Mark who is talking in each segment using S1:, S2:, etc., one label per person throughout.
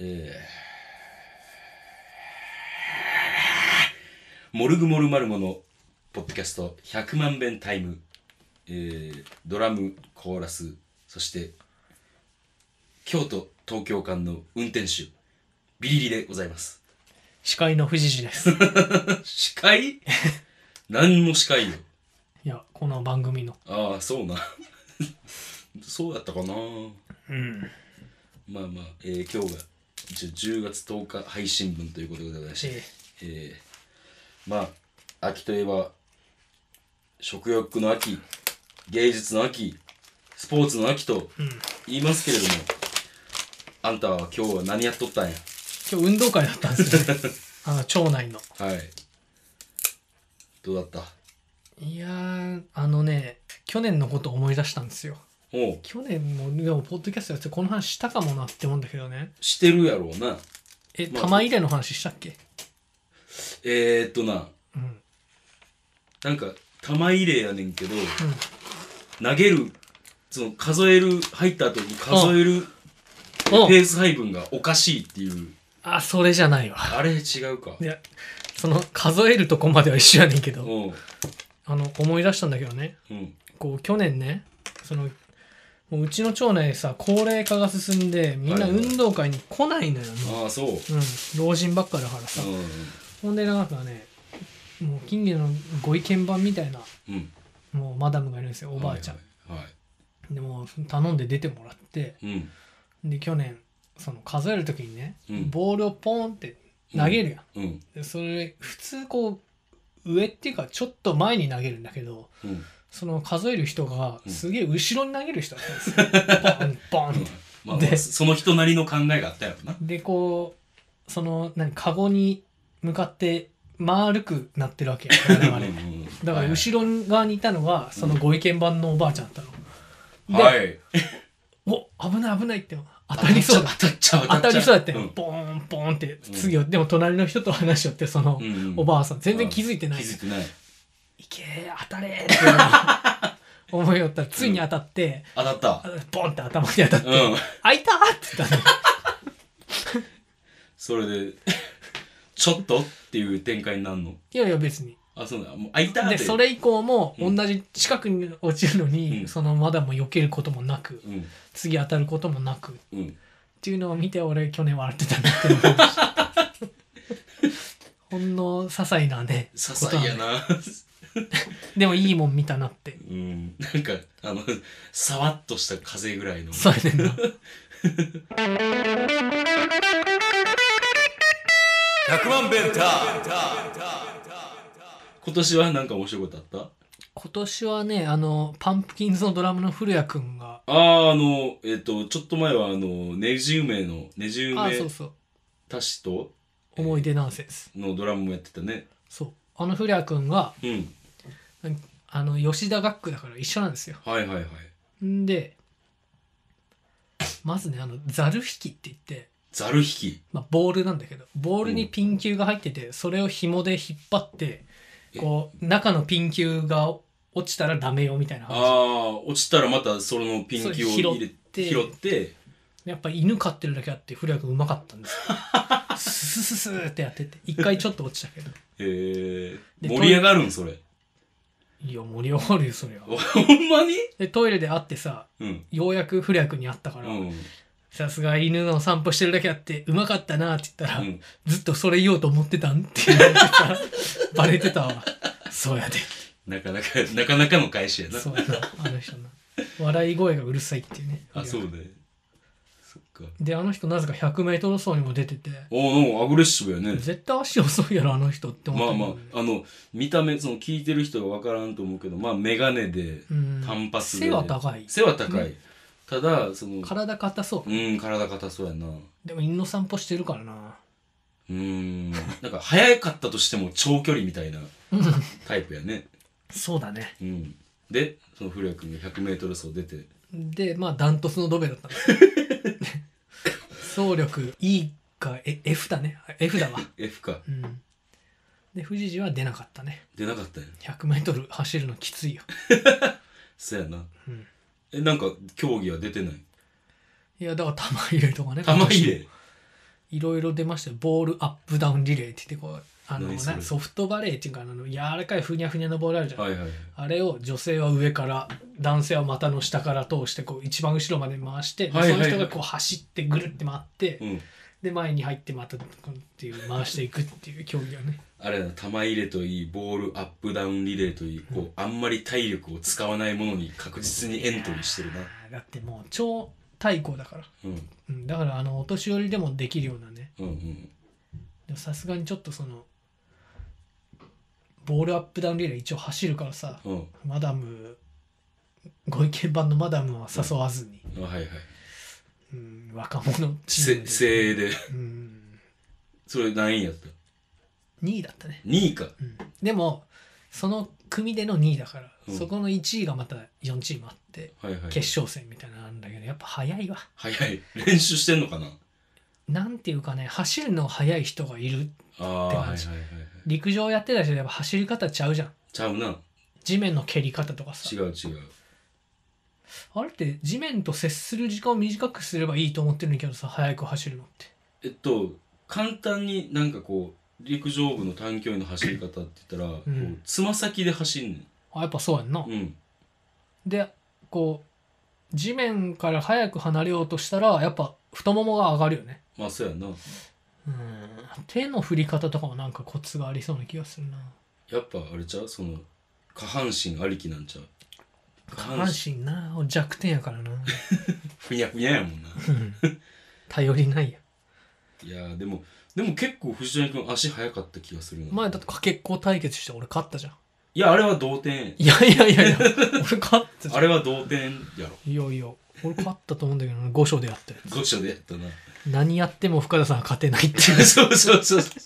S1: えーモルグモルマルモのポッドキャスト100万遍タイム、えードラムコーラスそして京都東京間の運転手ビリリでございます
S2: 司会の藤次 です。い
S1: 司 会何も司会よ
S2: や、この番組の。
S1: ああそうな そうだったかな
S2: うん。
S1: まあまあ、えー今日が一応10月10日配信分ということでございまして、
S2: え
S1: えーまあ秋といえば食欲の秋芸術の秋スポーツの秋と
S2: うん。
S1: 言いますけれどもあんたは今日は何やっとったんや
S2: 今日運動会だったんです よね。あの、町内の。
S1: はいどうだった
S2: いやー、あのね、去年のことを思い出したんですよ。
S1: おう
S2: 去年も、でも、ポッドキャストやってこの話したかもなって思うんだけどね。
S1: してるやろうな
S2: え、
S1: まあ
S2: 玉入れの話したっけ
S1: えー、っとな
S2: うん。うん。
S1: なんか玉入れやねんけど投げるその数える入った後に数える
S2: お
S1: ペース配分がおかしいっていう
S2: あ、それじゃないわ。
S1: あれ違うか
S2: いや、その、数えるとこまでは一緒やねんけど、
S1: おう
S2: あの、思い出したんだけどね。
S1: うん
S2: こう去年ねそのもううちの町内さ高齢化が進んでみんな
S1: はいはい
S2: 運動会に来ないのよね、
S1: ああそう
S2: うん、老人ばっかだからさ、
S1: う
S2: ほんでなんかねもう近年のご意見番みたいなん
S1: うん
S2: もうマダムがいるんですよおばあちゃん、
S1: はいはい、は
S2: でもう頼んで出てもらって
S1: いうん
S2: で去年その数える時にね、
S1: うん
S2: ボールをポーンって投げるやん、
S1: うん
S2: でそれ普通こう上っていうかちょっと前に投げるんだけど、
S1: うん
S2: その数える人が
S1: うん
S2: すげえ後ろに投げる人だった んですよ。ボンボンって。
S1: まあ、ま
S2: で
S1: あその人なりの考えがあったやろな
S2: でこうその何カゴに向かって丸くなってるわけや我々
S1: うんうんうん
S2: だから後ろ側にいたのはそのご意見番のおばあちゃんだったの。で、
S1: はいはい
S2: お危ない危ないって当たりそうだ
S1: 当たっちゃう
S2: 当たりそうだって、
S1: うん
S2: ボーンボーンって
S1: うん
S2: 次をでも隣の人と話しよってその
S1: うんうん
S2: おばあさん全然気づいてない
S1: 気づいてない
S2: いけー当たれーって思いよっ たらついに当たって
S1: 当たった
S2: ボンって頭に当たって
S1: うん
S2: 開いたって言ったの。
S1: それでちょっとっていう展開になるの
S2: いやいや別に。
S1: あそうだもう開いたって
S2: で、それ以降も
S1: う
S2: 同
S1: ん
S2: じ近くに落ちるのに、
S1: うん
S2: そのまだも避けることもなく、
S1: うん
S2: 次当たることもなくっ
S1: うん
S2: ていうのを見て俺去年笑ってたんだって思いましたほんの些細なね。
S1: 些細や
S2: ことんだ
S1: な
S2: でもいいもん見たなって。
S1: うんなんかあのさわっとした風ぐらいの
S2: そうやねんな。
S1: 100万ベンタ今年はなんか面白いことあった
S2: 今年はね、あの、パンプキンズのドラムの古谷くんが、
S1: ああ、あの、えっ、と、ちょっと前はあの、ネジ埋めの、ネジ
S2: あ、
S1: 埋
S2: そう
S1: め
S2: そう。
S1: たしと
S2: 思い出ナンセンス。
S1: のドラムもやってたね。
S2: そう。あの古谷くんが、
S1: うん。
S2: あの、吉田学区だから一緒なんですよ。
S1: はいはいはい。
S2: んでまずねあのザル引きって言って、
S1: ザル引き。
S2: まあ、ボールなんだけどボールにピン球が入ってて、それを紐で引っ張って
S1: え
S2: こう中のピン球が落ちたらダメよみたいな
S1: あ
S2: 話
S1: あ、落ちたらまたそのピンキを
S2: それ
S1: 入
S2: 拾
S1: れ
S2: って
S1: 拾って、
S2: やっぱ犬飼ってるだけあって古谷君うまかったんですよススススーってやってて一回ちょっと落ちたけど
S1: えー、
S2: で
S1: 盛り上がるんそれ。
S2: いや盛り上がるよそりゃ
S1: おほんまに
S2: でトイレで会ってさ
S1: うん。
S2: ようやく古谷君に会ったか
S1: う
S2: ら
S1: ん。
S2: さすが犬の散歩してるだけあってうまかったなって言ったら、
S1: うん
S2: ずっとそれ言おうと思ってたんって言われてさバレてたわそうやで
S1: なかなか、なかなかの返しやな。
S2: そうやなあの人な笑い声がうるさいっていうね
S1: あ、そうね。そっか。
S2: であの人なぜか 100m 走にも出てて
S1: おお、なんかアグレッシブやね。
S2: 絶対足遅いやろあの人って思っ
S1: まあ
S2: たけど
S1: ま
S2: ね、
S1: あ、あの、見た目、その聞いてる人は分からんと思うけど、まあ、メガネで、
S2: うん
S1: 単発で。
S2: 背は高い
S1: 背は高い。ただ、その、
S2: 体硬そう
S1: うん、体硬そうやな。う
S2: でも犬の散歩してるからな
S1: ーん。なんか、速かったとしても長距離みたいな
S2: うん
S1: タイプやね。
S2: そうだね
S1: うん。で、その古谷君が100メートル走出て、
S2: でまあダントツのドベ だったんですよ総力 E かえ F だね F だわ
S1: F か。
S2: うんで富士は出なかったね
S1: 出なかったやん。
S2: 100m 走るのきついよ
S1: そやな。
S2: うん
S1: え、なんか、競技は出てない。
S2: いやだから玉入れとかね
S1: 玉入れ。
S2: いろいろ出ましたよボールアップダウンリレーって言ってこうあの
S1: 何それ
S2: なソフトバレーっていうかあの柔らかいふにゃふにゃのボールあるじゃん、
S1: はいはいはい。
S2: あれを女性は上から男性は股の下から通してこう一番後ろまで回して、で
S1: はいはいはい
S2: その人がこう走ってぐるって回って、
S1: うん。
S2: で前に入ってまたこうっていう回していくっていう競技がね
S1: あれだ、玉入れといい、ボールアップダウンリレーといい、こう、あんまり体力を使わないものに確実にエントリーしてるな。
S2: あーだってもう超太鼓だから、
S1: うん。
S2: うん、だからあのお年寄りでもできるようなね
S1: うんうん。
S2: でもさすがにちょっとそのボールアップダウンリレー一応走るからさ
S1: うん。
S2: マダムご意見番のマダムは誘わずに、
S1: あはいはい。
S2: うん、若者チーム
S1: せ、
S2: で
S1: 精鋭で。
S2: うん、
S1: それ何位やった
S2: 2位だったね、
S1: ?2 位か。
S2: うん、でもその組での2位だから、
S1: うん
S2: そこの1位がまた4チームあって
S1: はいはい。
S2: 決勝戦みたいなのあるんだけどやっぱ早いわ
S1: 早い。練習してんのかな
S2: なんていうかね走るの速い人がいる
S1: ああ、はい
S2: て
S1: はいは
S2: 感
S1: い
S2: じ
S1: はい。
S2: 陸上やってた人やっぱ走り方ちゃうじゃん
S1: ちゃうな。
S2: 地面の蹴り方とかさ
S1: 違う違う。
S2: あれって地面と接する時間を短くすればいいと思ってるんだけどさ速く走るのって
S1: えっと、簡単になんかこう、陸上部の短距離の走り方って言ったら、
S2: ん
S1: こうつま先で走んねん。
S2: あやっぱそうやんな、
S1: うん。
S2: でこう地面から早く離れようとしたらやっぱ太ももが上がるよね
S1: まあそうやな。
S2: うん手の振り方とかもなんかコツがありそうな気がするな
S1: やっぱあれちゃうその、下半身ありきなんちゃう下
S2: 下半身な弱点やからな
S1: ふにゃふにゃやもんな。
S2: うん頼りないや
S1: いやーでも、でも結構藤谷君足速かった気がするな。
S2: 前だってかけっこ対決して俺勝ったじゃん
S1: いや、あれは同点。
S2: いやいやいやいや俺勝ったじゃ
S1: あれは同点やろ。
S2: んいやいや俺勝ったと思うんだけどな5勝でやって
S1: ご所でやったな。
S2: 何やっても深田さんは勝てないっていう
S1: そうそうそうそう。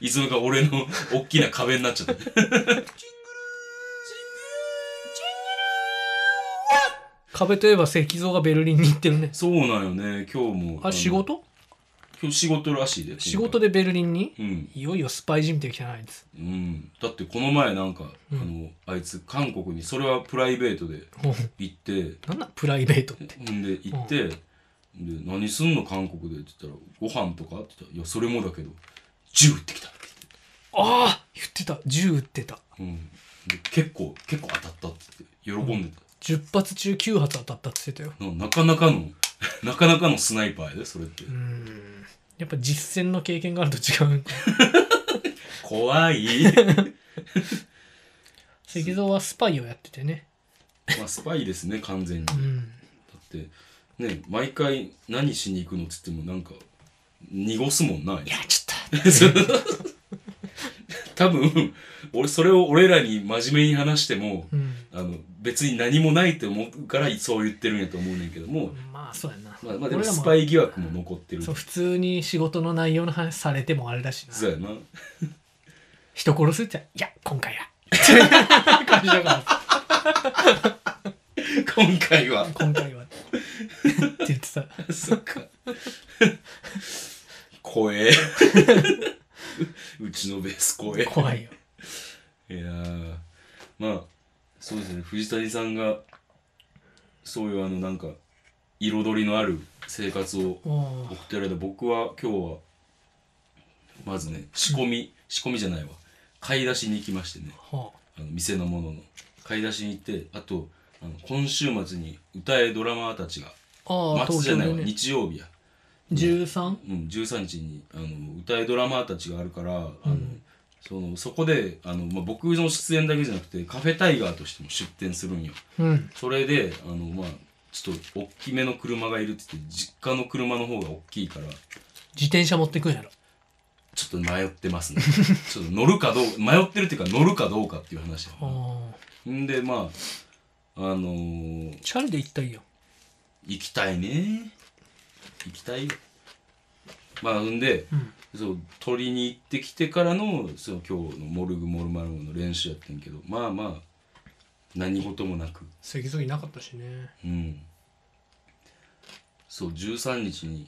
S1: いつの間にか俺の大きな壁になっちゃった。
S2: 壁といえば石像がベルリンに行ってるね
S1: そうなんよね、今日も。
S2: あれ仕
S1: の
S2: 事
S1: 今日仕事らしいで。今回
S2: 仕事でベルリンに
S1: うん。
S2: いよいよスパイじみてきたなあいつ
S1: うん。だってこの前なんか、
S2: うん
S1: あの、あいつ韓国に、それはプライベートで
S2: もう
S1: 行って、
S2: なんなんプライベートって
S1: ほんで行って、で何すんの韓国でって言ったらご飯とかって言ったらいやそれもだけど銃撃ってきた、
S2: ああ言ってた10撃ってた
S1: うん、で結構結構当たったって言って喜んでた、
S2: 10発中9発当たったって言ってたよ
S1: ななかなかの なかなかのスナイパーやでそれって、
S2: うんやっぱ実践の経験があると 違うんだ
S1: 怖い
S2: 石像はスパイをやっててね
S1: まあスパイですね完全にだ
S2: う
S1: っ
S2: ん
S1: てね毎回何しに行くのっつってもなんか濁すもんない
S2: いやちょっ
S1: 多分俺それを俺らに真面目に話しても、
S2: とうん
S1: あの別に何もないって思うからそう言ってるんやと思うねんけども、
S2: まあそうやな、
S1: まあ、まあでも
S2: 俺ら
S1: スパイ疑惑も残ってる
S2: そう普通に仕事の内容の話されてもあれだしな
S1: そうやな
S2: 人殺すっていや今回 はって感じだから
S1: 今回は
S2: 今回はって言ってた
S1: そっか 怖え うちのベース怖え
S2: 怖いよ
S1: いやーまあそうですね藤谷さんがそういうあのなんか彩りのある生活を
S2: お
S1: 送ってられた僕は今日はまずね仕込み仕込みじゃないわ買い出しに行きましてね
S2: は
S1: あの店のものの買い出しに行ってあとあの今週末に歌えドラマーたちが
S2: あああ
S1: 末
S2: 東
S1: じゃ
S2: 京
S1: ない
S2: で
S1: わ、
S2: ね
S1: 日曜日や、
S2: 13
S1: うん、13日にあの歌えドラマーたちがあるからあの、そのそこであの、まあ、僕の出演だけじゃなくてカフェタイガーとしても出店するんよ
S2: うん
S1: それであのまあちょっと大きめの車がいるって言って実家の車の方が大きいから
S2: 自転車持ってくんやろ
S1: ちょっと迷ってますね ちょっと乗るかどう迷ってるっていうか乗るかどうかっていう話だよ
S2: ああ
S1: んでまああのー、
S2: チャリで行ったらいいよ
S1: 行きたいね行きたいよまあんで、
S2: うん
S1: そう取りに行ってきてからのそう今日の「モルグモルマルモ」の練習やってんけどまあまあ何事もなく
S2: 脊髄なかったしね
S1: うんそう13日に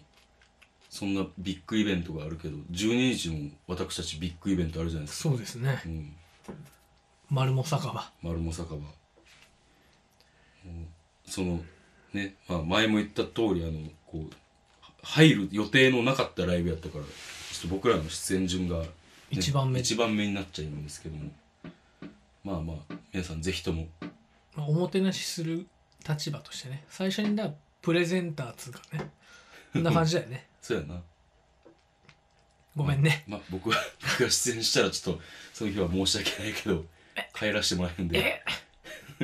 S1: そんなビッグイベントがあるけど12日も私たちビッグイベントあるじゃないですか
S2: そうですね
S1: うん
S2: 丸も酒場
S1: 丸も酒場もうそのね、まあ、前も言った通りあのこう入る予定のなかったライブやったからちょっと僕らの出演順が、ね
S2: 一番目
S1: 一番目になっちゃうんですけどもまあまあ皆さんぜひとも
S2: まあ、おもてなしする立場としてね最初にだからプレゼンターっつうかねこんな感じだよ ね
S1: そうやな
S2: ごめんね
S1: まあ僕は 僕が出演したらちょっとその日は申し訳ないけど帰らせてもらえるんで
S2: え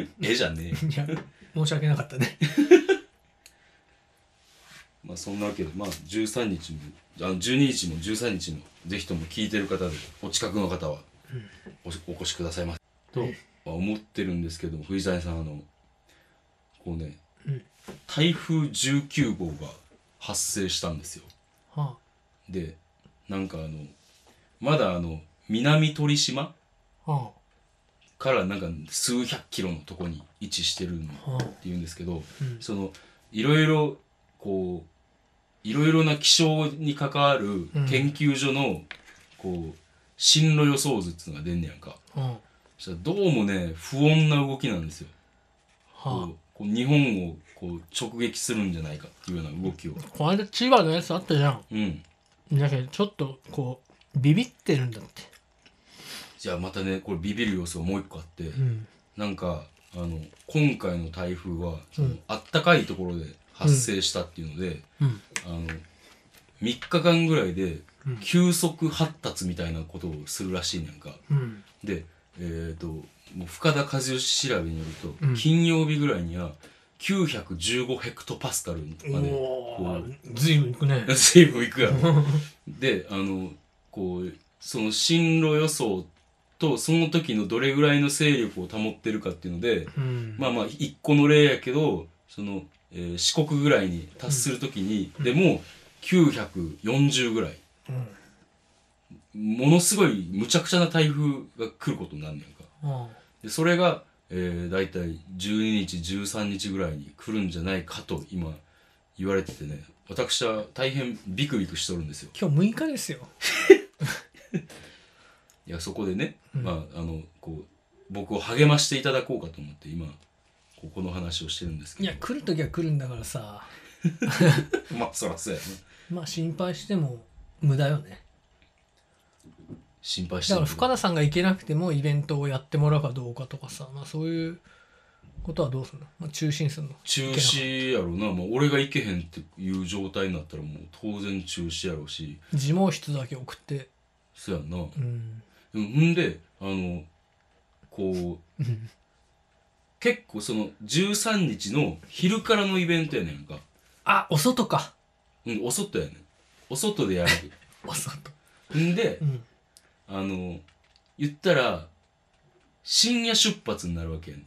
S1: えじゃねえ
S2: いや申し訳なかったね
S1: まあそんなわけで、まあ13日も、あの12日も13日も、ぜひとも聞いてる方で、お近くの方はおし、お越しくださいませ。と、まあ、思ってるんですけども、藤谷さん、あの、こうね、
S2: うん
S1: 台風19号が発生したんですよ。
S2: は
S1: で、なんかあの、まだあの、南鳥島
S2: あは
S1: からなんか数百キロのとこに位置してるの
S2: あはあ
S1: っていうんですけど、
S2: うん
S1: そのいろいろこういろいろな気象に関わる
S2: うん
S1: 研究所のこう進路予想図っていうのが出んねやんか
S2: は
S1: そしたらどうもね不穏な動きなんですよ、
S2: あは
S1: こうこう日本をこう直撃するんじゃないかっていうような動きを
S2: あこの間千葉のやつあったじゃん
S1: うん
S2: だけどちょっとこうビビってるんだって
S1: じゃあまたねこれビビる要素がもう一個あって、
S2: うん
S1: なんかあの今回の台風はその
S2: うん
S1: あったかいところで発生したっていうので、
S2: うん
S1: あの3日間ぐらいで
S2: うん
S1: 急速発達みたいなことをするらしいねんか
S2: うん
S1: でえっ、ともう深田和義調べによると、
S2: うん
S1: 金曜日ぐらいには915ヘクトパスカルとかね
S2: おーずいぶんいく ね
S1: 随分いくやろであのこうその進路予想とその時のどれぐらいの勢力を保ってるかっていうので
S2: うん
S1: まあまあ一個の例やけどその、えー四国ぐらいに達する時に、でも940ぐらい
S2: うん
S1: ものすごいむちゃくちゃな台風が来ることになんねんか
S2: あ
S1: でそれが、えー、大体12日13日ぐらいに来るんじゃないかと今言われててね私は大変ビクビクしとるんですよ
S2: 今日6日ですよ
S1: いやそこでね、
S2: うん
S1: まああのこう僕を励ましていただこうかと思って今ここの話をしてるんですけ
S2: い
S1: ど
S2: や来る時は来るんだからさ
S1: まあそらそうやね
S2: まあ心配しても無駄よね
S1: 心配して
S2: だ
S1: る
S2: から深田さんが行けなくてもイベントをやってもらうかどうかとかさ、まあ、そういうことはどうするの、まあ、中止にするの
S1: 中止やろな、まあ、俺が行けへんっていう状態になったらもう当然中止やろうし
S2: 自毛筆だけ送って
S1: そやんな、
S2: うん
S1: うんんであのこう
S2: うん
S1: 結構その13日の昼からのイベントやねんか、
S2: あお外か
S1: うん、お外やねんお外でやる
S2: お外
S1: んで
S2: うん
S1: あの言ったら深夜出発になるわけやね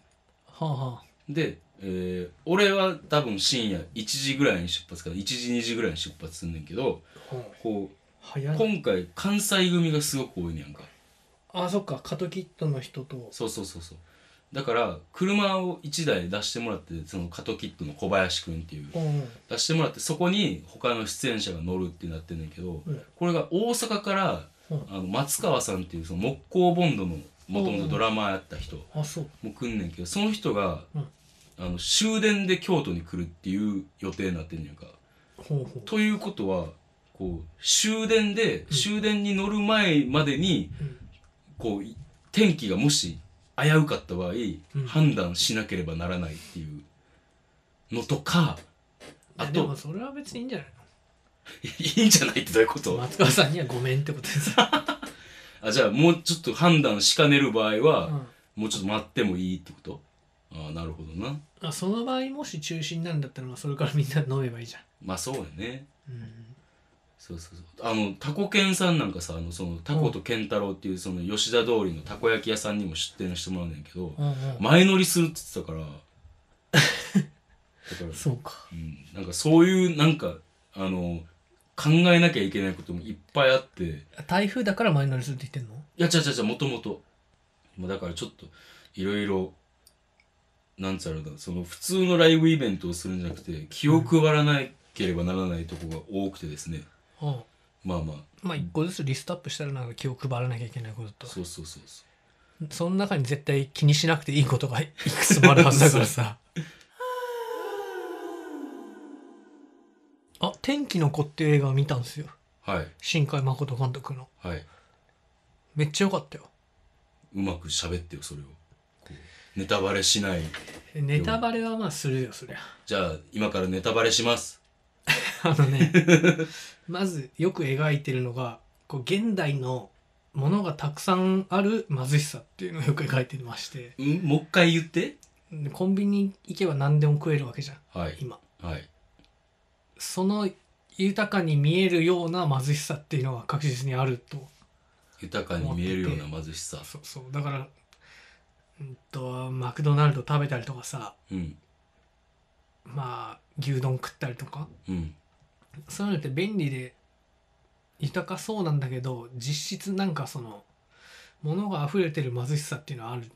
S2: はあはあ
S1: んで、えー俺は多分深夜1時ぐらいに出発かな1時2時ぐらいに出発すんねんけどこう
S2: 早い
S1: 今回関西組がすごく多いねんか
S2: あそっかカトキットの人と
S1: そうそうそうそうだから車を1台出してもらってそのカトキットの小林くんっていう
S2: うん
S1: 出してもらってそこに他の出演者が乗るってなってんねんけど、
S2: うん
S1: これが大阪から、
S2: うん
S1: あの松川さんっていうその木工ボンドの元々ドラマーやった人
S2: あそう
S1: も来んねんけどその人が、
S2: うん
S1: あの終電で京都に来るっていう予定になってんねんか。
S2: ほうほ
S1: ということはこう終電で、終電に乗る前までに
S2: う、うん
S1: こうい天気がもし危うかった場合、
S2: うん
S1: 判断しなければならないっていうのとか
S2: い
S1: あ
S2: やで
S1: と
S2: もそれは別にいいんじゃない
S1: いいんじゃないってどういうこと、
S2: の松川さんにはごめんってことです、う
S1: あじゃあもうちょっと判断しかねる場合は、
S2: ん、
S1: もうちょっと待ってもいいってことああなるほどな
S2: あその場合もし中止になるんだったらまあそれからみんな飲めばいいじゃん
S1: まあそうやね
S2: うん
S1: そうそうそうあのタコケンさんなんかさあのそのタコとケンタロウっていうその吉田通りのたこ焼き屋さんにも出店してもらうねんけど、
S2: うんうん
S1: 前乗りするって言ってたから だから
S2: そうか
S1: うんなんかそういうなんかあの考えなきゃいけないこともいっぱいあってい
S2: 台風だから前乗りするって言ってんの
S1: や違う違う違うもともとまあだからちょっといろいろなんつうのかなその普通のライブイベントをするんじゃなくて気を配らなければならないとこが多くてですね、
S2: うん
S1: まあま
S2: まあ一個ずつリストアップしたらなんか気を配らなきゃいけないこと
S1: あ
S2: と
S1: そうそうそうそ
S2: その中に絶対気にしなくていいことがいくつもあるはずだからさあ天気の子っていう映画を見たんですよ。
S1: はい
S2: 新海誠監督の。
S1: はい
S2: めっちゃ良かったよ。
S1: うまく喋ってよそれをこうネタバレしない
S2: ネタバレはまあするよ、そりゃ。
S1: じゃあ今からネタバレします
S2: あのね、まずよく描いてるのが、こう現代のものがたくさんある貧しさっていうのをよく描いてまして、
S1: んもう一回言って
S2: でコンビニ行けば何でも食えるわけじゃん、
S1: はい
S2: 今。
S1: はい
S2: その豊かに見えるような貧しさっていうのは確実にあると。
S1: 豊かに見えるような貧しさ
S2: そうそう。だから、うんと、マクドナルド食べたりとかさ、
S1: うん
S2: まあ、牛丼食ったりとか、
S1: うん
S2: そういうのって便利で豊かそうなんだけど実質なんかその物が溢れてる貧しさっていうのはある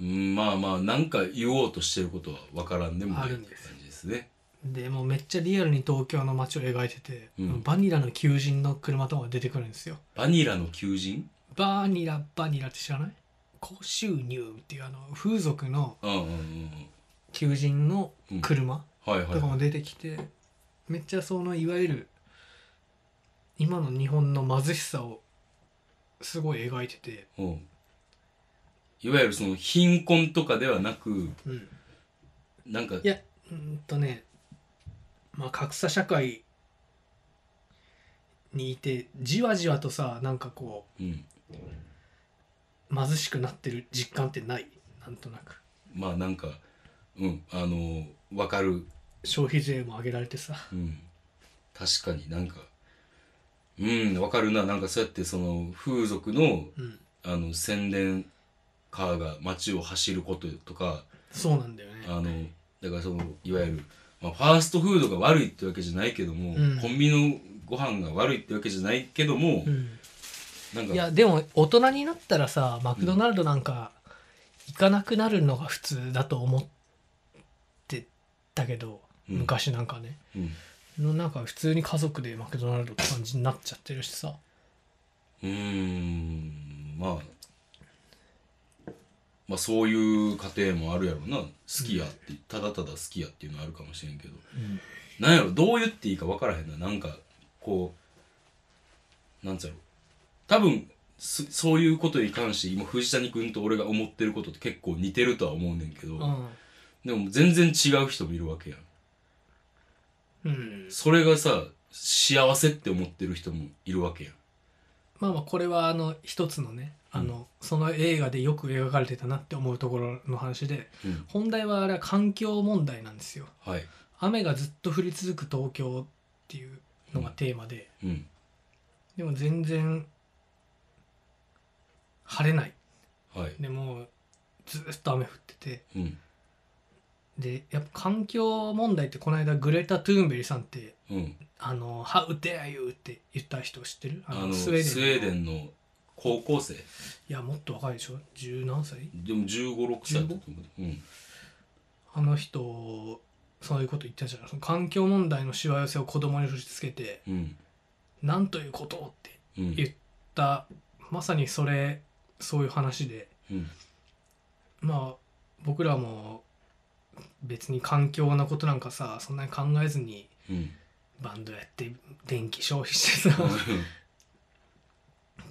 S1: うんまあまあなんか言おうとしてることは分からんでもない
S2: あ
S1: って
S2: るん
S1: 感
S2: です
S1: じですね
S2: でもうめっちゃリアルに東京の街を描いてて、
S1: うん
S2: バニラの求人の車とかが出てくるんですよ
S1: バニラの求人
S2: バニラバニラって知らない高収入っていうあの風俗の
S1: うんうんうんうん
S2: 求人の車
S1: はいはい
S2: とかも出てきて、めっちゃそのいわゆる今の日本の貧しさをすごい描いてて、
S1: うんいわゆるその貧困とかではなく
S2: うん、
S1: なんか
S2: いやうーんとねまあ格差社会にいてじわじわとさなんかこ
S1: うん
S2: う貧しくなってる実感ってないなんとなく
S1: まあなんかうんあの分かる
S2: 消費税も上げられてさ
S1: うん確かになんかうん分かるななんかそうやってその風俗の
S2: うん
S1: あの宣伝カーが街を走ることとか
S2: そうなんだよね
S1: あのだからそのいわゆる、まあ、ファーストフードが悪いってわけじゃないけども、
S2: うん
S1: コンビニのご飯が悪いってわけじゃないけども、
S2: うん
S1: なんか
S2: いやでも大人になったらさマクドナルドなんか行かなくなるのが普通だと思ってたけど
S1: うん
S2: 昔なんかね、
S1: うん
S2: のなんか普通に家族でマクドナルドって感じになっちゃってるしさ
S1: うーんまあまあそういう家庭もあるやろうな好きやって、ただただ好きやっていうのはあるかもしれんけど、
S2: ん
S1: なんやろどう言っていいか分からへんななんかこうなんつうやろ多分そそういうことに関して今藤谷君と俺が思ってることって結構似てるとは思うねんけど、
S2: うん
S1: でも全然違う人もいるわけやん
S2: うん
S1: それがさ幸せって思ってる人もいるわけやん
S2: まあまあこれはあの一つのねあの、その映画でよく描かれてたなって思うところの話で
S1: うん
S2: 本題はあれは環境問題なんですよ
S1: はい
S2: 雨がずっと降り続く東京っていうのがテーマで、
S1: うん
S2: でも全然晴れない
S1: はい
S2: でもうずっと雨降ってて
S1: うん
S2: でやっぱ環境問題ってこの間グレタ・トゥーンベリさんって
S1: うん
S2: あの「How dare you」って言った人知ってる
S1: あの
S2: ス
S1: ス
S2: ウ
S1: ウ
S2: ェ
S1: ェ
S2: ーデンの
S1: ーデンの高校生
S2: いやもっと若いでしょ十何歳
S1: でも1 5 6歳だと思う、うん、
S2: あの人そういうこと言ったじゃんその環境問題のしわ寄せを子供に押し付けて
S1: うん
S2: 「なんということ!」って
S1: うん
S2: 言ったまさにそれそういう話で
S1: うん
S2: まあ僕らも別に環境のことなんかさそんなに考えずに
S1: うん
S2: バンドやって電気消費してさ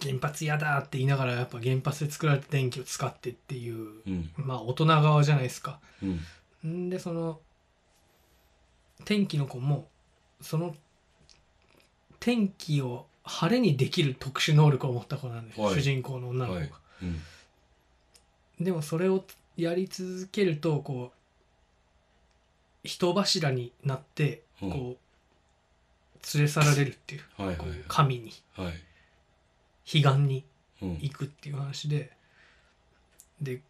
S2: 原発嫌だって言いながらやっぱ原発で作られた電気を使ってっていう
S1: うん
S2: まあ大人側じゃないですか。
S1: うん
S2: んでその天気の子もその天気を晴れにできる特殊能力を持った子なんです、
S1: はい
S2: 主人公の女の子が、
S1: はいうん
S2: でもそれをやり続けるとこう人柱になって
S1: う
S2: こ
S1: ん
S2: う、連れ去られるっていう
S1: はい
S2: こ
S1: は
S2: う
S1: い
S2: 神に
S1: はい
S2: 彼岸に
S1: うん
S2: 行くっていう話でで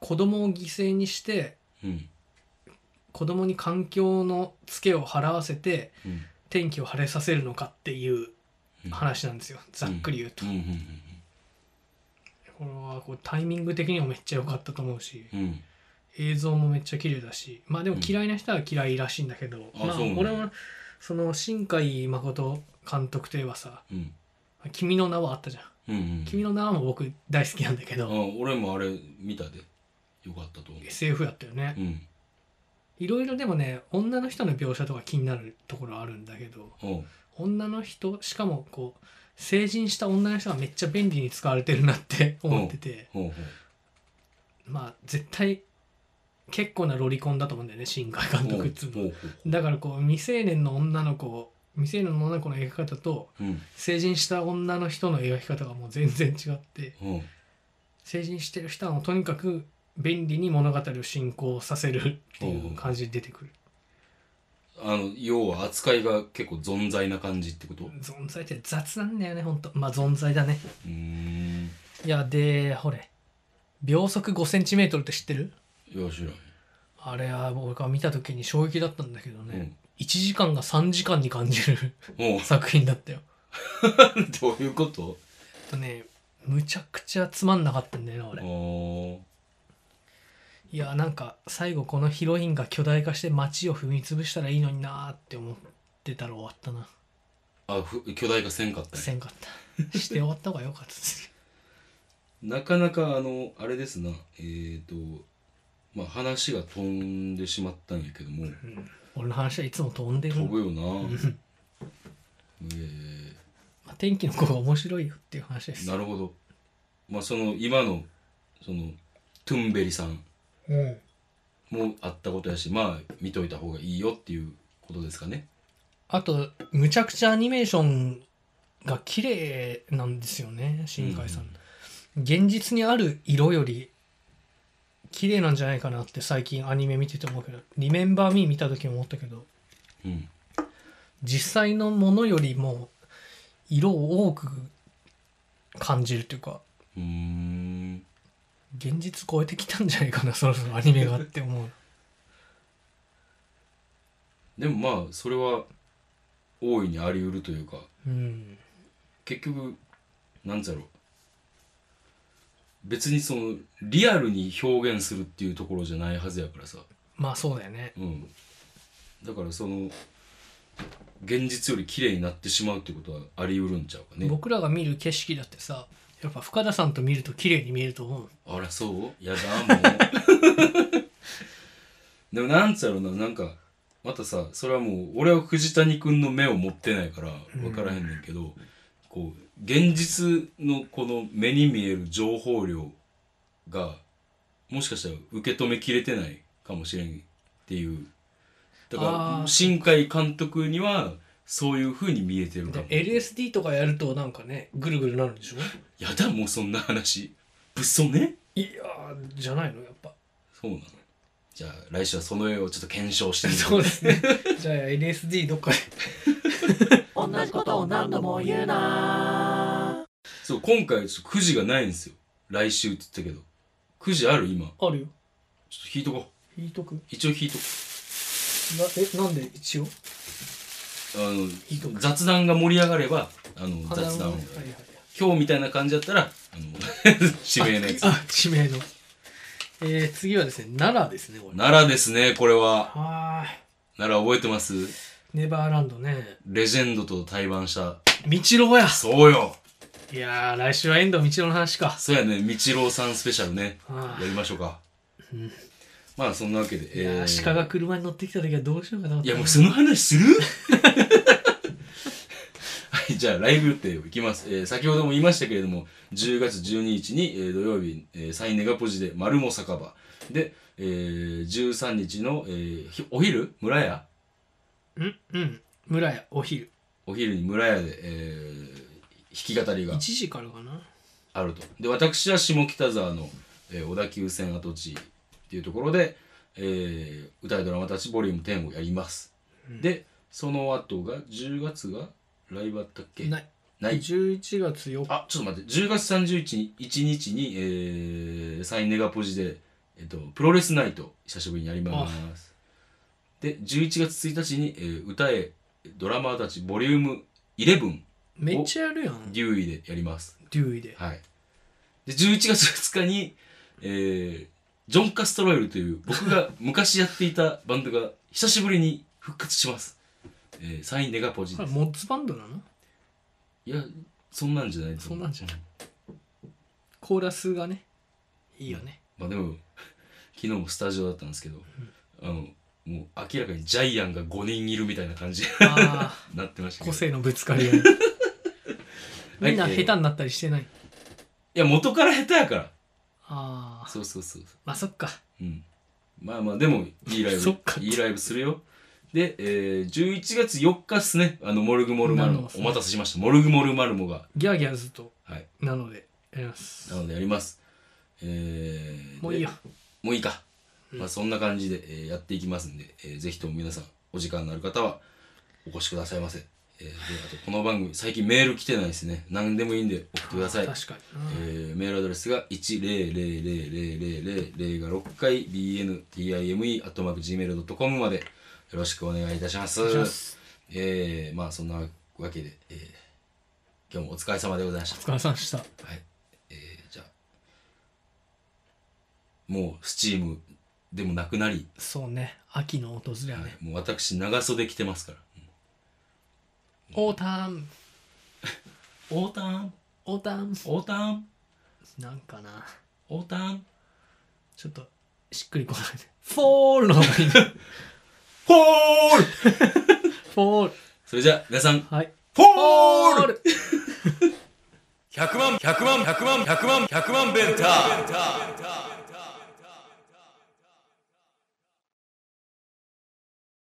S2: 子供を犠牲にして
S1: うん
S2: 子供に環境のツケを払わせて
S1: うん
S2: 天気を晴れさせるのかっていう
S1: うん
S2: 話なんですよ、ざっくり言うと、
S1: うんうん
S2: これはこうタイミング的にもめっちゃ良かったと思うし
S1: うんうん
S2: 映像もめっちゃ綺麗だしまあでも
S1: うん
S2: 嫌いな人は嫌いらしいんだけど、
S1: あ
S2: ま
S1: そ
S2: あ
S1: うなんだ
S2: 俺はその新海誠監督といえばさ
S1: うん
S2: 「君の名は」あったじゃ
S1: う
S2: ん
S1: んうん
S2: 「君の名は」も僕大好きなんだけど、
S1: あ俺もあれ見たでよかったと思う
S2: SF やったよね、
S1: うん
S2: いろいろでもね女の人の描写とか気になるところあるんだけど
S1: おう
S2: 女の人しかもこう成人した女の人がめっちゃ便利に使われてるなって 思ってて、
S1: ほうほう
S2: まあ絶対結構なロリコンだと思うんだよね新海監督っつうのは
S1: ほうほう
S2: だからこう未成年の女の子を未成年の女の子の描き方と
S1: うん
S2: 成人した女の人の描き方がもう全然違って
S1: ほう
S2: 成人してる人はもうとにかく便利に物語を進行させるっていう感じで出てくる
S1: あの要は扱いが結構存在な感じってことう
S2: 存在って雑なんだよねほんとまあ存在だね
S1: ーん
S2: いやでほれ秒速 5cm って知ってる
S1: よしらん
S2: あれは僕が見た時に衝撃だったんだけど
S1: う
S2: ね、
S1: ん
S2: 1時間が3時間に感じる
S1: おう
S2: 作品だったよ
S1: どういうこと
S2: えっとねむちゃくちゃつまんなかったんだよな俺
S1: お
S2: いやなんか最後このヒロインが巨大化して街を踏み潰したらいいのになーって思ってたら終わったな
S1: あふ巨大化せんかったね
S2: せんかったして終わった方が良かった です
S1: なかなかあのあれですなえっ、とまあ話が飛んでしまったんやけども
S2: うん俺の話はいつも飛んでる
S1: 飛ぶよな
S2: うん
S1: え
S2: まあ天気の子が面白いよっていう話で
S1: ー、
S2: す
S1: なるほどまあその今のそのトゥンベリさん
S2: うん
S1: もあったことやしまあ見といた方がいいよっていうことですかね
S2: あとむちゃくちゃアニメーションが綺麗なんですよね新海さん、現実にある色より綺麗なんじゃないかなって最近アニメ見てて思うけど「リメンバー・ミー」見た時も思ったけど
S1: うん
S2: 実際のものよりも色を多く感じるというか
S1: うーん
S2: 現実超えてきたんじゃないかなそろそろアニメがって思う
S1: でもまあそれは大いにあり得るというか
S2: うん
S1: 結局なんだろう別にそのリアルに表現するっていうところじゃないはずやからさ
S2: まあそうだよね
S1: うんだからその現実より綺麗になってしまうってことはあり得るんちゃうかね
S2: 僕らが見る景色だってさやっぱ深田さんと見ると綺麗に見えると思う
S1: あらそうやだもう でもなんつうやろななんかまたさそれはもう俺は藤谷君の目を持ってないから分からへんねんけど、こう現実のこの目に見える情報量がもしかしたら受け止めきれてないかもしれんっていうだか
S2: あー
S1: ら新海監督にはそういうふうに見えてるかも
S2: で LSD とかやるとなんかねぐるぐるなるんでしょ
S1: やだもうそんな話物騒ね
S2: いやーじゃないのやっぱ
S1: そうなのじゃあ来週はその絵をちょっと検証してみ
S2: そう
S1: よ
S2: ですねじゃあ LSD どっかで
S3: 同じことを何度も言うな
S1: そう今回ちょっとくじがないんですよ来週って言ったけどくじある今ちょ
S2: あるよ
S1: っと引いとこう
S2: 引いとくな
S1: 一応引いとこ
S2: えなんで一応
S1: うあ
S2: いとこ
S1: の雑談が盛り上がればあの雑談を
S2: はいはいはい
S1: 今日みたいな感じだったらあの 指名のやつ
S2: ああ地名のえー、次はですね奈良ですねこれ
S1: 奈良ですねこれは
S2: はーい
S1: 奈良覚えてます
S2: ネバーランドね
S1: レジェンドと対バンした
S2: 道郎や
S1: そうよ
S2: いやー来週は遠藤道郎の話か
S1: そうやね道郎さんスペシャルね
S2: あ
S1: や
S2: ー
S1: りましょうかまあそんなわけで
S2: いや
S1: え
S2: ー
S1: ー
S2: 鹿が車に乗ってきた時はどうしようかと思っ
S1: い
S2: た
S1: やもうその話する はい、じゃあライブ予定をいきます、えー先ほども言いましたけれども10月12日に、えー土曜日、えーサインネガポジで丸も酒場で、えー13日の、えーひお昼村屋
S2: うんうん村屋お昼
S1: お昼に村屋で、えー弾き語りが
S2: 1時からかな
S1: あるとで私は下北沢の、えー小田急線跡地っていうところで、えー歌いドラマたちボリューム10をやります、でその後が10月がライブあったっけ
S2: ない
S1: ない
S2: 11月4日
S1: あちょっと待って10月31日日に、えーサインネガポジで、えっとプロレスナイト久しぶりにやりますで11月1日に、えー歌えドラマーたちボリューム11
S2: めっちゃやるやんデ
S1: デューイでやります
S2: ューイで
S1: はい。で、11月2日に、えージョン・カストロイルという僕が昔やっていたバンドが久しぶりに復活します。えーサインネガポジ
S2: こ
S1: で
S2: れ
S1: す。
S2: モッズバンドなの
S1: いや、そんなんじゃないと
S2: そ
S1: 思
S2: ん
S1: う
S2: なんじゃないコーラスがねいいよね
S1: まあでも、昨日もスタジオだったんですけど、あの、もう明らかにジャイアンが5人いるみたいな感じ
S2: ああ
S1: になってま したけ
S2: 個
S1: どい
S2: 性のぶつかり合いみんな下手になったりしてない
S1: や元から下手やから
S2: ああ
S1: そうそうそうそ
S2: まあそっか
S1: ううんまあまあでもいいライ
S2: そ
S1: ブ
S2: っか
S1: いいライブするよで、えー、11月4日っすねあのモルグモルマル
S2: なる
S1: モ
S2: ほど
S1: お待たせしましたモルグモルマルモが
S2: ギャーギャーずっと
S1: はい
S2: なのでやります
S1: なのでやりますえー、
S2: もういいよ
S1: もういいか、
S2: うん
S1: まあ、そんな感じで、えーやっていきますんで、えーぜひとも皆さんお時間のある方はお越しくださいませ、えーであとこの番組最近メール来てないですね何でもいいんで送ってください、
S2: 確かにな
S1: えーメールアドレスが1000000が6回 bntime.gmail.com までよろしくお願いいたします
S2: お願いします
S1: えーまあそんなわけで、えー今日もお疲れ様でございまし
S2: お
S1: た
S2: 疲れさんでした
S1: はい。えーじゃあ、もうスチームでもなくなり、
S2: そうね秋の訪れは
S1: は
S2: ね
S1: い、もう私、長袖着てますから。
S2: オータム
S1: オータン、
S2: オータム
S1: オータン、
S2: なんかな
S1: オータン。
S2: ちょっとしっくりこないねフォールの方がいいね
S1: フォール
S2: フォール
S1: それじゃあ、皆さん、フ
S2: はい
S1: ォール
S2: ル
S1: !100 万、100万、100万、100万、100万弁当